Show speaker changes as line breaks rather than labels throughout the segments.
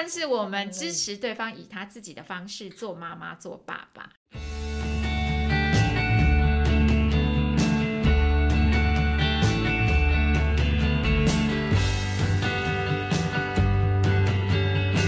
就是我们支持对方以他自己的方式做妈妈、做爸爸。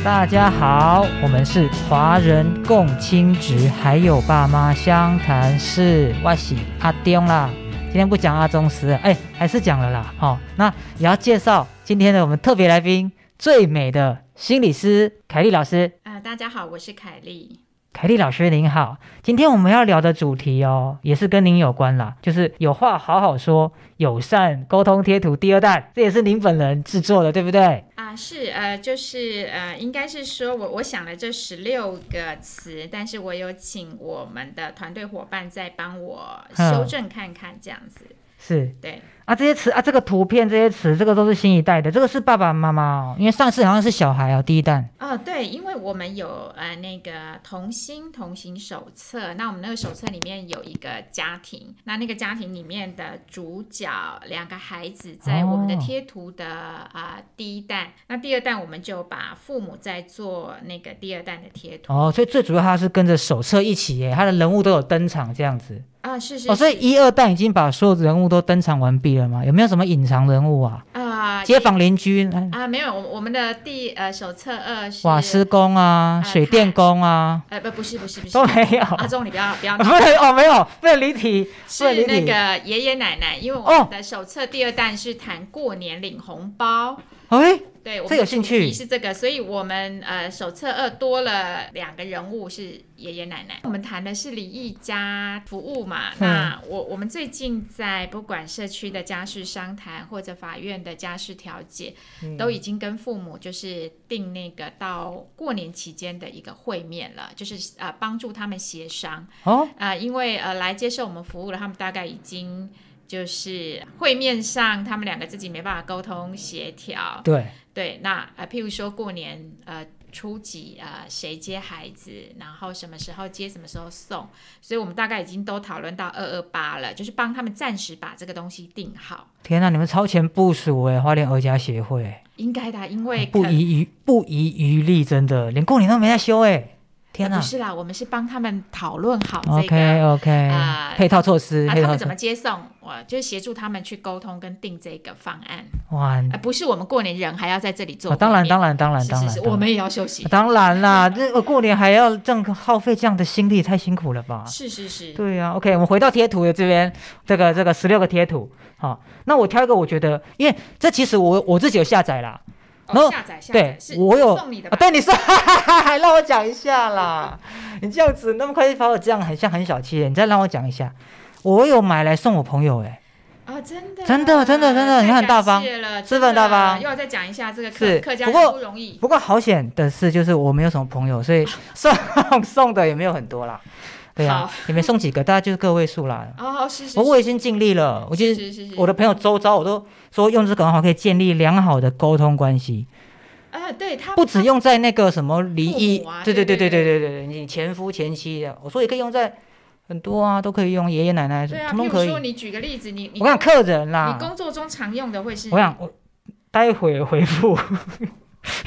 大家好，我们是华人共亲职，还有爸妈湘潭市，我是阿东啦。今天不讲阿宗师，哎、还是讲了啦。哦，那也要介绍今天的我们特别来宾，最美的心理师凯丽老师。
呃，大家好，我是凯莉。
凯丽老师您好，今天我们要聊的主题哦，也是跟您有关啦，就是有话好好说，友善沟通贴图第二弹，这也是您本人制作的，对不对？
啊、是呃，就是呃，应该是说我我想了这十六个词，但是我有请我们的团队伙伴再帮我修正看看，这样子。
是，
对，
啊，这些词啊，这个图片这些词，这个都是新一代的，这个是爸爸妈妈哦，因为上次好像是小孩哦，第一弹
哦，对，因为我们有呃那个童心同行手册，那我们那个手册里面有一个家庭，那那个家庭里面的主角两个孩子在我们的
哦
贴图的啊、呃第一弹，那第二弹我们就把父母在做那个第二弹的贴图
哦，所以最主要他是跟着手册一起耶，他的人物都有登场这样子
啊、是是
哦，所以
是
一二弹已经把所有人物都登场完毕了吗？有没有什么隐藏人物啊？
啊、
街坊邻居、哎
啊、没有，我我们的第呃手册二是
瓦斯工啊、
呃
水电工啊
呃不不是不是啊不是
都没有，
阿忠你不要不要
不能哦， 没有，不能离题，不
是
能离
那
题
个爷爷奶奶，因为我
哦
们的手册第二弹是谈过年领红包，
哎，
对，我
这
们
有
的
兴
主题
趣
是这个，所以我们呃手册二多了两个人物是爷爷奶奶。我们谈的是离异家服务嘛，
嗯
那我我们最近在不管社区的家事商谈或者法院的家事调解，
嗯
都已经跟父母就是定那个到过年期间的一个会面了，就是呃帮助他们协商。
哦，
啊，因为呃来接受我们服务的，他们大概已经就是会面上他们两个自己没办法沟通协调，
对，
对，那呃譬如说过年呃。初几呃谁接孩子，然后什么时候接，什么时候送，所以我们大概已经都讨论到二二八了，就是帮他们暂时把这个东西定好，
天哪、你们超前部署哎，花莲儿家协会。
应该的啊，因为
哦不
可
遗余不遗余力，真的连过年都没在休哎！天
呃
哪
不是啦，我们是帮他们讨论好这个
，OK OK，
呃
配套措施，
啊，
配
他
套
们
措
怎么
施，
接送，我就协助他们去沟通跟定这个方案。
哇！
呃，不是我们过年人还要在这里做、
哦当然，当然，当然，
是
当然
是是，，
当
我们
然
也要休息。
当然啦，这呃过年还要这样耗费这样的心力，太辛苦了吧？
是是是，
对呀、啊、，OK，我们回到贴图的这边，这个这个十六个贴图，好、那我挑一个，我觉得，因为这其实我我自己有下载啦，然后
哦、下载下
啊对
载，是
我有
送你的
啊，
吧？
对你说， 还让我讲一下啦。你这样子那么快就把我这样，很像很小气耶。你再让我讲一下，我有买来送我朋友哎。
啊、真的
真的真的真的你
太
看很大
感
方
谢了，
是
真
不是很大
的啊
方
又要再讲一下这个客
是
客家
不
人
过
不容易。
不过好险的是，就是我没有什么朋友，所以送 送的也没有很多啦。对啊
好，
你们送几个，大概就是个位数啦。
哦，是是，
我我已
是
经尽力了，我就是
是是
我的朋友周遭我都说用这个的话可以建立良好的沟通关系，
啊、对他
不只用在那个什么离异
父母啊，
对对对
对
对
对
对对对对，你前夫前妻的，我说也可以用在很多啊，都可以用爷爷奶奶，
对啊，
什么
譬
都可
如
以。
说你举个例子，你你
我想
工
客人
你
啦，
工作中常用的会是
我想我待会回复，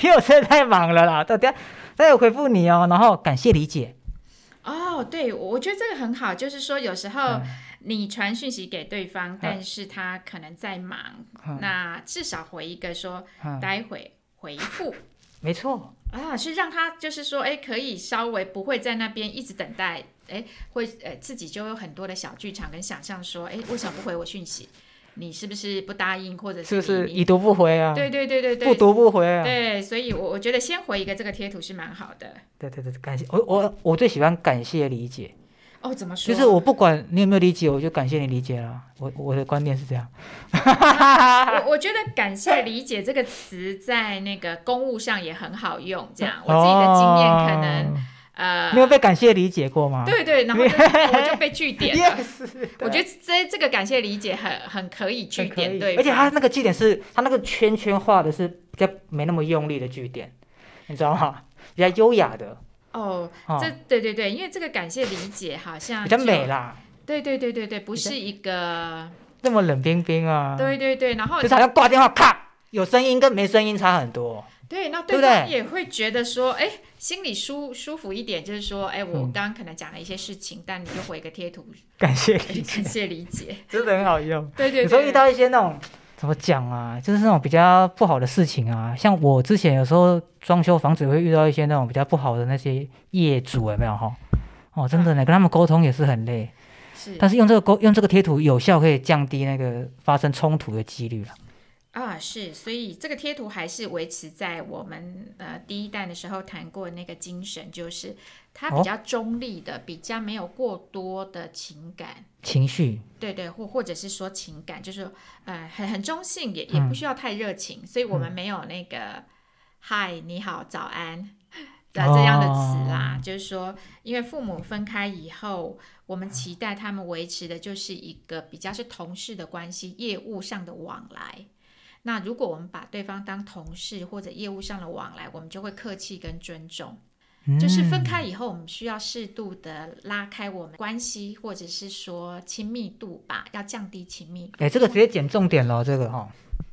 因为我真的太忙了啦，等下待会回复你哦，然后感谢理解，
哦，对，我我觉得这个很好，就是说有时候
嗯
你传讯息给对方，但是他可能在忙，那至少回一个说、
嗯
待会回复。
没错，
啊，是让他就是说，哎，可以稍微不会在那边一直等待，哎，会呃自己就有很多的小剧场跟想象，说，哎，为什么不回我讯息？你是不是不答应，或者
是不
是
是
你？
已读不回啊？
对对对对
不
对，
读不回啊？
对，所以我我觉得先回一个这个贴图是蛮好的。
对对对，感谢我我我最喜欢感谢理解，
哦，怎么说？
就是我不管你有没有理解，我就感谢你理解啦。我我的观念是这样，
我我觉得感谢理解这个词在那个公务上也很好用，这样我自己的经验可能、
哦
呃
你，有被感谢理解过吗？
对对，然 后就我就被据点了。
，yes，
我觉得这这个感谢理解很很可以据点对
而
方，
且它那个据点是它那个圈圈画的是比较没那么用力的据点，你知道吗？比较优雅的，
哦，
哦，
这对对对，因为这个感谢理解好像
比较
就
美，啦，
对对对对对，不是一个，
那么冷冰冰啊，
对对对，然后
就是好像挂电话咔，有声音跟没声音差很多。
对，那对
对不对
方也会觉得说，哎，心里舒舒服一点，就是说，哎，我刚刚可能讲了一些事情，但你就回个 贴图，
感谢
哎
你，
感谢理解。
真的很好用。
对对对，
有时候遇到一些那种怎么讲啊，就是那种比较不好的事情啊，像我之前有时候装修房子会遇到一些那种比较不好的那些业主，有没有哈？哦，真的呢，跟他们沟通也是很累，
嗯是
但是用这个沟用这个贴图有效，可以降低那个发生冲突的几率啊。
啊，是，所以这个贴图还是维持在我们呃第一弹的时候谈过的那个精神，就是它
哦
比较中立的，比较没有过多的情感。
情绪，
对对，或或者是说情感，就是呃很很中性，也也不需要太热情，所以我们没有那个“嗨，你好，早安”的这样的词啦。就是说，因为父母分开以后，我们期待他们维持的就是一个比较是同事的关系，业务上的往来。那如果我们把对方当同事或者业务上的往来，我们就会客气跟尊重。就是
嗯
分开以后，我们需要适度的拉开我们关系，或者是说亲密度吧，要降低亲密度。
哎、这个直接减重点了，这个哈、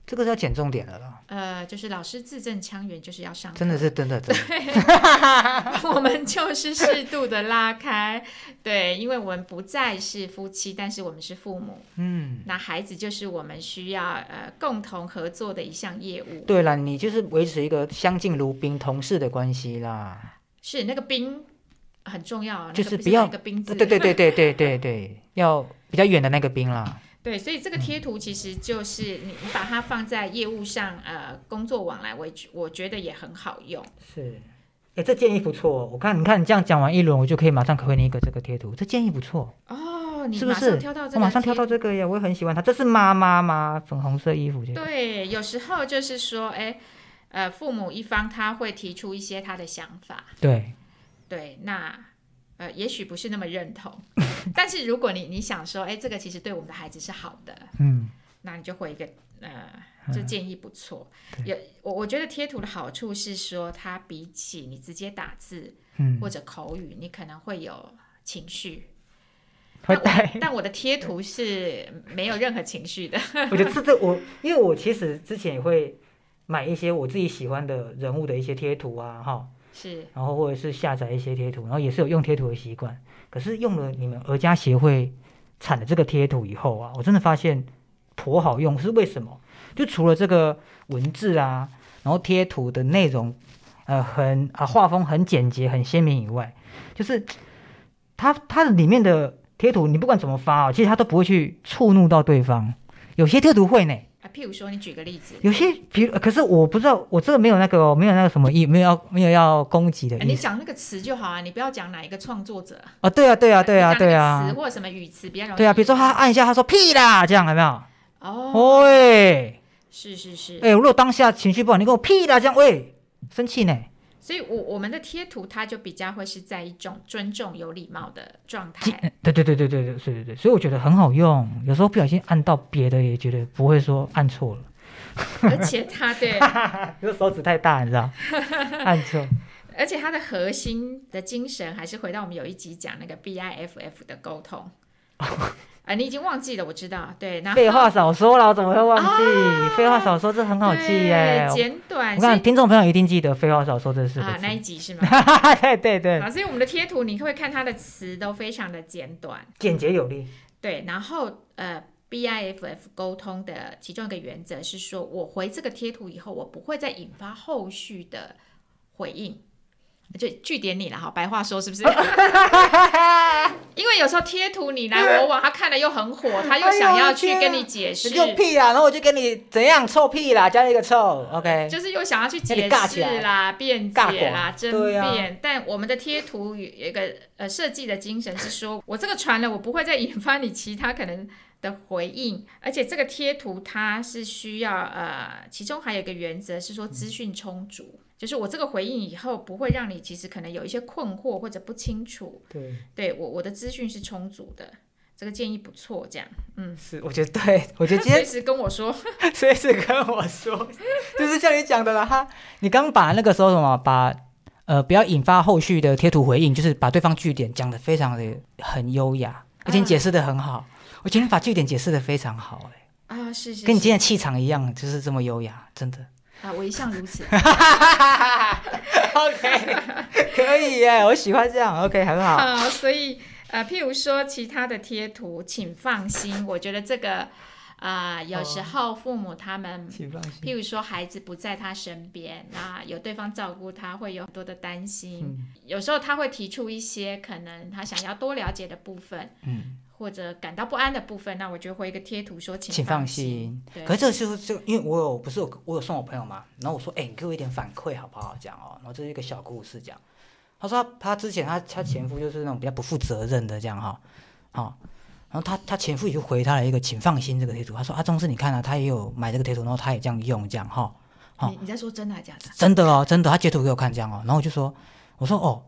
这个是要减重点了啦，
呃，就是老师字正腔圆，就是要上课
真的，是真 的真的，
我们就是适度的拉开，对，因为我们不再是夫妻，但是我们是父母，
嗯。
那孩子就是我们需要呃共同合作的一项业务，
对啦，你就是维持一个相敬如宾、同事的关系啦。
是那个兵很重要，哦
就
那
是
个不
不要
那个兵字，
啊对对对对对对对，要比较远的那个宾啦。
对，所以这个贴图其实就是你你把它放在业务上，呃，工作往来为主，我觉得也很好用。
是，哎，这建议不错哦。我看，你看你这样讲完一轮，我就可以马上回你一个这个贴图，这建议不错。
哦，你
是不
马
是
上挑到这
我
个，
马上挑到。这个耶，我也很喜欢它。这是妈妈吗？粉红色衣服这个。
对，有时候就是说，哎，呃，父母一方他会提出一些他的想法，
对，
对，那呃，也许不是那么认 同，但是如果你你想说，哎，这个其实对我们的孩子是好的，
嗯，
那你就回一个呃，这建议不错。
对
也我我觉得贴图的好处是说，它比起你直接打字，
嗯
或者口语，你可能会有情 绪。
会
但我
带。
但我的贴图是没有任何情绪的。
我觉得这这我，因为我其实之前也会买一些我自己喜欢的人物的一些贴图啊，哈。
是
然后或者是下载一些贴图，然后也是有用贴图的习惯。可是用了你们儿家协会产的这个贴图以后啊，我真的发现颇好用，是为什么？就除了这个文字啊，然后贴图的内容，呃，很啊画风很简洁、很鲜明以外，就是它它的里面的贴图，你不管怎么发啊，其实它都不会去触怒到对方。有些贴图会呢，
啊，譬如说，你举个例子，
有些比如，可是我不知道，我这个没有那个哦没有那个什么意，没有要没有要攻击的
啊
意思。
你讲那个词就好啊，你不要讲哪一个创作者。
哦，对啊，对啊，对啊，
你讲那个
对啊
词，或者什么语词比较容易。
对啊。比如说他按一下，他说屁啦，这样有没有？
哦，
喂，
是是是。
哎，如果当下情绪不好，你跟我屁啦，这样喂，生气呢？
所以我我们的贴图，它就比较会是在一种尊重、有礼貌的状
急
态。
呃对对对对对对对对对，所以我觉得很好用。有时候不小心按到别的，也觉得不会说按错了，
而且它对，
因为手指太大，你知道，按错。
而且它的核心的精神还是回到我们有一集讲那个 B I F F 的沟 通。啊，你已经忘记了，我知道。对，然后哦
废话少说了，我怎么会忘记？废话少说，这很好记耶
对。简短。
我
所
看
以
听众朋友一定记得“废话少说”这四个
啊，那
字。
一集是吗？
对对对，
好，所以我们的贴图你会看它的词都非常的简短。
简洁有力。
对，然后呃，B I F F 沟通的其中一个原则是说，我回这个贴图以后，我不会再引发后续的回应，就据点你了哈。白话说是不 是？因为有时候贴图你来我往，他看了又很火，他
哎
又想要去跟你解释
啊你，就屁啦，然后我就跟你怎样臭屁啦，加一个臭，OK。
就是又想要去
那
解
你尬起
释
来
啦、辩
尬
解
过来
啦、争
对
辩。
啊
但我们的贴图有一个呃设计的精神是说， 我这个传了，我不会再引发你其他可能的回应。而且这个贴图它是需要呃，其中还有一个原则是
嗯
说资讯充足。就是我这个回应以后不会让你其实可能有一些困惑或者不清楚，
对，
对我我的资讯是充足的，这个建议不错，这样
是，我觉得对，我觉得今
随
天
时跟我说，
随时跟我说，就是像你讲的啦哈。你刚把那个时候什么，把呃不要引发后续的贴图回应，就是把对方据点讲的非常的很优雅，而且你解释的很好。我今天把据点解释的非常好、哎，
啊，是是是，
跟你今天的气场一样，就是这么优雅，真的。
啊，我一向如此。
OK，可 以耶，我喜欢这样。OK，很好。
好，所以呃，譬如说其他的贴图，请放心，我觉得这个啊、呃有时候父母他们。
请放心。
譬如说，孩子不在他身边，那有对方照顾他，会有很多的担心。
嗯
有时候他会提出一些可能他想要多了解的部分，
嗯，
或者感到不安的部分，那我就会一个贴图说，
请放
放
心。
对
可是这个就是这个，因为我有不是有我有送我朋友嘛，然后我说，哎、你给我一点反馈好不好？讲哦，然后这是一个小故事讲。他说他他之前他他前夫就是那种比较不负责任的这样哈，好、然后他他前夫也就回他了一个，请放心这个贴图。他说阿忠是你看啊，他也有买这个贴图，然后他也这样用这样哈、好
你你在说真的还是假的？
真的哦，真的，他截图给我看这样哦，然后我就说，我说哦，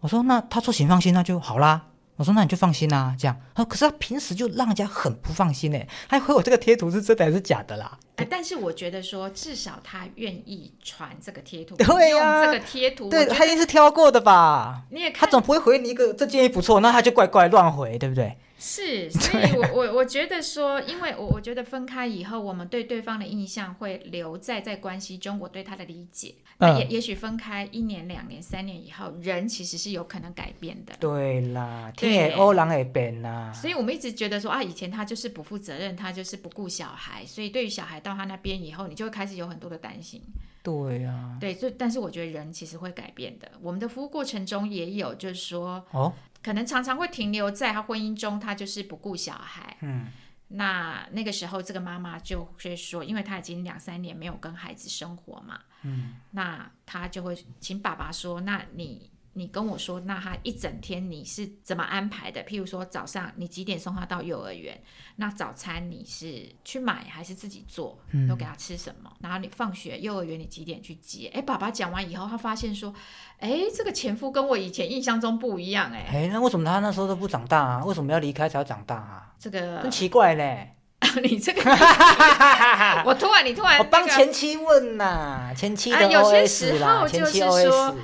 我说那他说请放心，那就好啦。我说那你就放心啦、这样。他说可是他平时就让人家很不放心哎，他还回我这个贴图是真的还是假的啦？
哎，但是我觉得说，至少他愿意传这个贴图，
对啊
用这个贴图，
对
我觉
他一定是挑过的吧？
你也
他
看
总不会回你一个这建议不错，那他就怪怪乱回，对不对？
是，所以我我我觉得说，因为我我觉得分开以后，我们对对方的印象会留在在关系中，我对他的理解，那也、也许分开一年、两年、三年以后，人其实是有可能改变的。
对啦，
对
天也欧狼也啊变啦。
所以我们一直觉得说啊，以前他就是不负责任，他就是不顾小孩，所以对于小孩到他那边以后，你就会开始有很多的担心。
对啊，
对，就但是我觉得人其实会改变的。我们的服务过程中也有，就是说，
哦，
可能常常会停留在他婚姻中，他就是不顾小孩。
嗯，
那那个时候，这个妈妈就会说，因为她已经两三年没有跟孩子生活嘛，嗯，那她就会请爸爸说，那你你跟我说，那他一整天你是怎么安排的？譬如说早上你几点送他到幼儿园？那早餐你是去买还是自己做？都给他吃什么？然后你放学幼儿园你几点去接？哎，爸爸讲完以后，他发现说，哎，这个前夫跟我以前印象中不一样，哎，
哎，那为什么他那时候都不长大啊？为什么要离开才要长大啊？
这个
真奇怪嘞！
呃你这 个，我突然你突然、那个
我哦帮前妻问呐，前妻的
啊有些
OS
时
啦，
候
前
就是
妻
说
OS 啦。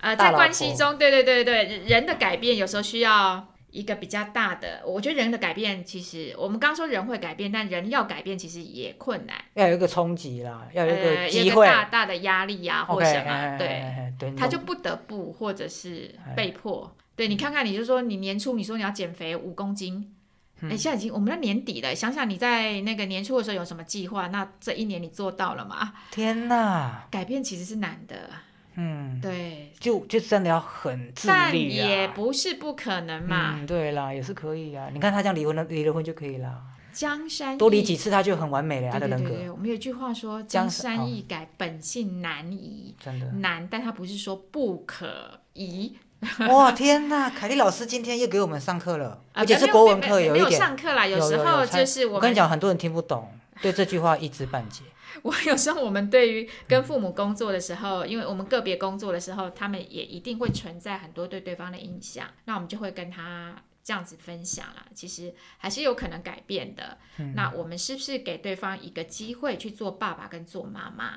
呃，
大
在
老
关系中，对对对对，人的改变有时候需要一个比较大的。我觉得人的改变，其实我们刚说人会改变，但人要改变其实也困难，
要有一个冲击啦，要有一
呃，
个
有
机
一
会
个大大的压力呀、或
，OK，
什
哎
么，对，
哎对，
他
你
就
懂
不得不或者是
哎
被迫。对你看看，你就说你年初你说你要减肥五公斤，哎、
嗯
现在已经我们在年底了，想想你在那个年初的时候有什么计划？那这一年你做到了吗？
天哪，
改变其实是难的，
嗯，
对，
就就真的要很自
但
律
也
啊。
不是不可能嘛。
嗯，对啦，也是可以啊。你看他这样离婚了，离了婚就可以啦，
江山易
嗯多啊离几次他就很完美了，他
对
的
对
人
对
格
对，我们有一句话说“
江
江
山嗯
山易改，本性难移
真”，的。
难，但它不是说不可移。
哇，天哪，凯丽老师今天又给我们上课了，
啊
而且
没
是
没
国文
没
课
没
有
没
一
有
点。
上课啦，有
有
时
有
候
才
就是我
我跟
们
你讲，很多人听不懂，对这句话一知半解。
我有时候我们对于跟父母工作的时候，因为我们个别工作的时候，他们也一定会存在很多对对方的印象，那我们就会跟他这样子分享啦。其实还是有可能改变的。
嗯
那我们是不是给对方一个机会去做爸爸跟做妈妈？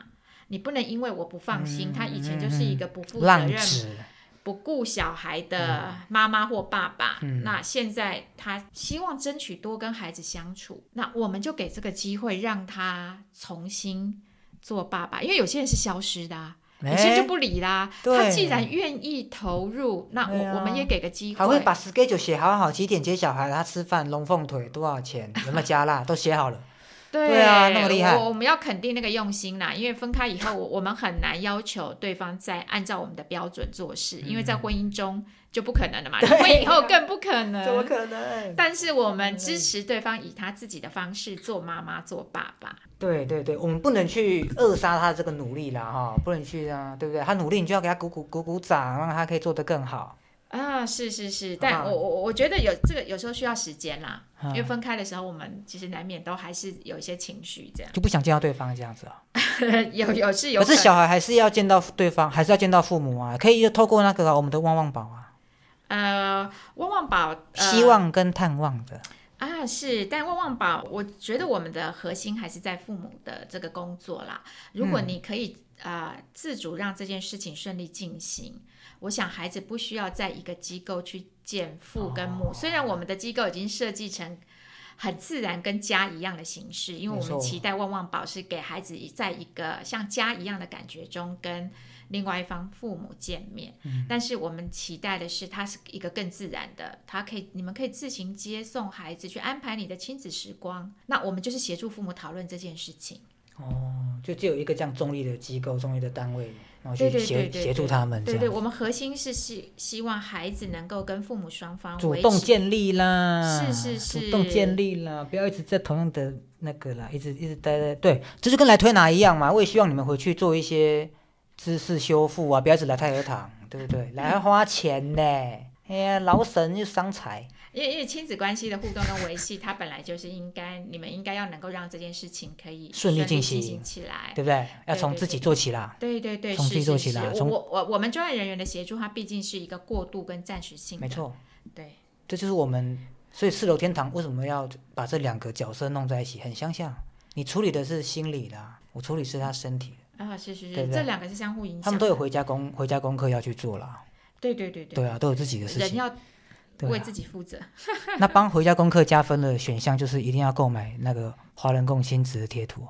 你不能因为我不放
嗯
心，他以前就是一个不负责
浪
任、
子，
不顾小孩的
嗯
妈妈或爸爸，那现在他希望争取多跟孩子相处，那我们就给这个机会让他重新做爸爸，因为有些人是消失的、啊，有些人就
哎
不理啦。
对
他既然愿意投入，那
对
我、
啊
我们也给个机会，
还会把 schedule 写好好，几点接小孩，他吃饭，龙凤腿多少钱，有没有加辣，都写好 了。
对
对啊那么厉害
我我们要肯定那个用心啦，因为分开以后，我我们很难要求对方再按照我们的标准做事，因为在婚姻中就不可能了嘛，离
嗯对
婚以后更不可能，
可能？
但是我们支持对方以他自己的方式做妈妈、做爸爸。
对对对，我们不能去扼杀他这个努力啦，哈，不能去啊，对不对？他努力，你就要给他鼓鼓鼓鼓掌，让他可以做得更好。
啊，是是是，
好不好
但我我我觉得有这个有时候需要时间啦，
嗯
因为分开的时候，我们其实难免都还是有一些情绪这
就不想见到对方这样子啊、
样， 有有是有
可
可
是小孩还是要见到对方，还是要见到父母啊，可以透过那个啊、我们的旺旺宝啊，
呃，旺旺宝、呃、
希望跟探望的，
啊是，但旺旺宝，我觉得我们的核心还是在父母的这个工作啦。如
嗯
果你可以、呃自主让这件事情顺利进行，我想孩子
哦
不需要在一个机构去见父跟母。虽然我们的机构已经设计成很自然跟家一样的形式，因为我
没
们
错
期待旺旺宝是给孩子在一个像家一样的感觉中跟另外一方父母见面。
嗯
但是我们期待的是，它是一个更自然的，它可以你们可以自行接送孩子去安排你的亲子时光。那我们就是协助父母讨论这件事情。
哦，就只有一个这样中立的机构、中立的单位，然后
嗯对
去
对
协
对对
协助他们
对
这样
对，我们核心是希希望孩子能够跟父母双方
主
维
动
持
建立啦，
是是
主动
是
建立啦，不要一直在同样的那个啦，一直一直待在对，这就跟来推拿一样嘛。我也希望你们回去做一些姿势修复啊，不要一直来太和堂，对不 对？来花钱呢，哎呀，劳神又伤财，
因为因为亲子关系的互动跟维系，它本来就是应该，你们应该要能够让这件事情可以
顺利进
进
行
起来。
对不对？要
哎对
从
对
自己做起啦。
对对对，
从
是
自己做起
是
来
是
从
我我我们专业人员的协助，它毕竟是一个过渡跟暂时性的。
没，错，
对，
这就是我们所以四楼天堂为什么要把这两个角色弄在一起，很相像。你处理的是心理啦，我处理是他身体的，
啊，是是是，
对不对
这两个是相互影响的。
他们都有回家功回家功课要去做啦。
对对对对，
对啊，都有自己的事
人
情。
要
对啊
为自己负责。
那帮回家功课加分的选项就是一定要购买那个华人共亲子的贴图。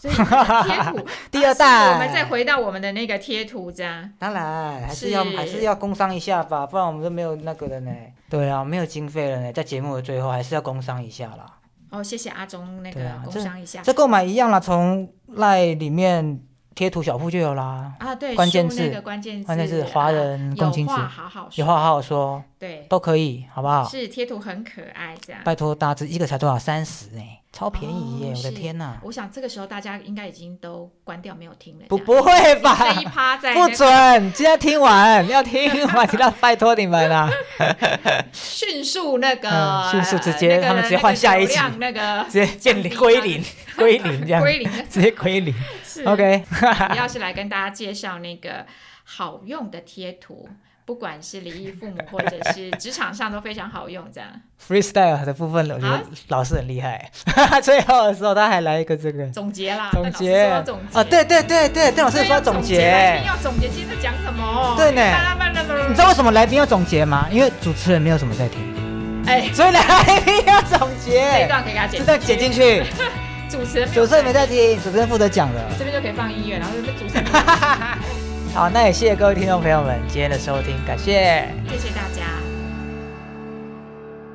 所以贴图
第
啊
二
是
代
我们再回到我们的那个贴图这样。
当然还是要
是
还是要工商一下吧，不然我们都没有那个了呢。对啊，没有经费了呢，在节目的最后还是要工商一下啦。
哦，谢谢阿忠那
对啊
个工商一下
这购买一样啦，从赖里面贴图小铺就有啦，
啊，对，
关键
输
字
那个关键字，啊
关键是华人共青
有话
子，
好好
有
说，
话好好说，
对，
都可以，好不好？
是贴图很可爱这样。
拜托大致一个才多少三十呢，超便宜耶！
哦
我
是
的天呐，
我想这个时候大家应该已经都关掉没有听了，
不
这样
不会吧？
这一趴在
不
那个
准！今天听完，要听完， 听到拜托你们啦，
迅速那个
嗯迅速直接
那个
他们直接换下一集
那个流量那个
直接 建立归零，归零这样，
归零
直接归零。
是
OK，
主要是来跟大家介绍那个好用的贴图，不管是离异父母或者是职场上都非常好用。这样
freestyle 的部分，我觉得
好
老师很厉害。 最后的时候他还来一个这个
总结啦，
总
邓啊老
结
师说要总结
哦，对对对对，邓老师
对
说
要
要总
来
结
一定。要总结今天在讲什么。
对呢
巴拉巴拉巴拉
你知道为什么来宾要总结吗？因为主持人没有什么在听，
哎，
所以来宾要总
这一
结，
段可以给他剪
哎这，段剪进去。
主持人
主持人没
在
在听，主持人负责讲的。
这边就可以放音乐，然后这边 主持人
好，那也谢谢各位听众朋友们今天的收听，感谢。
谢谢大家。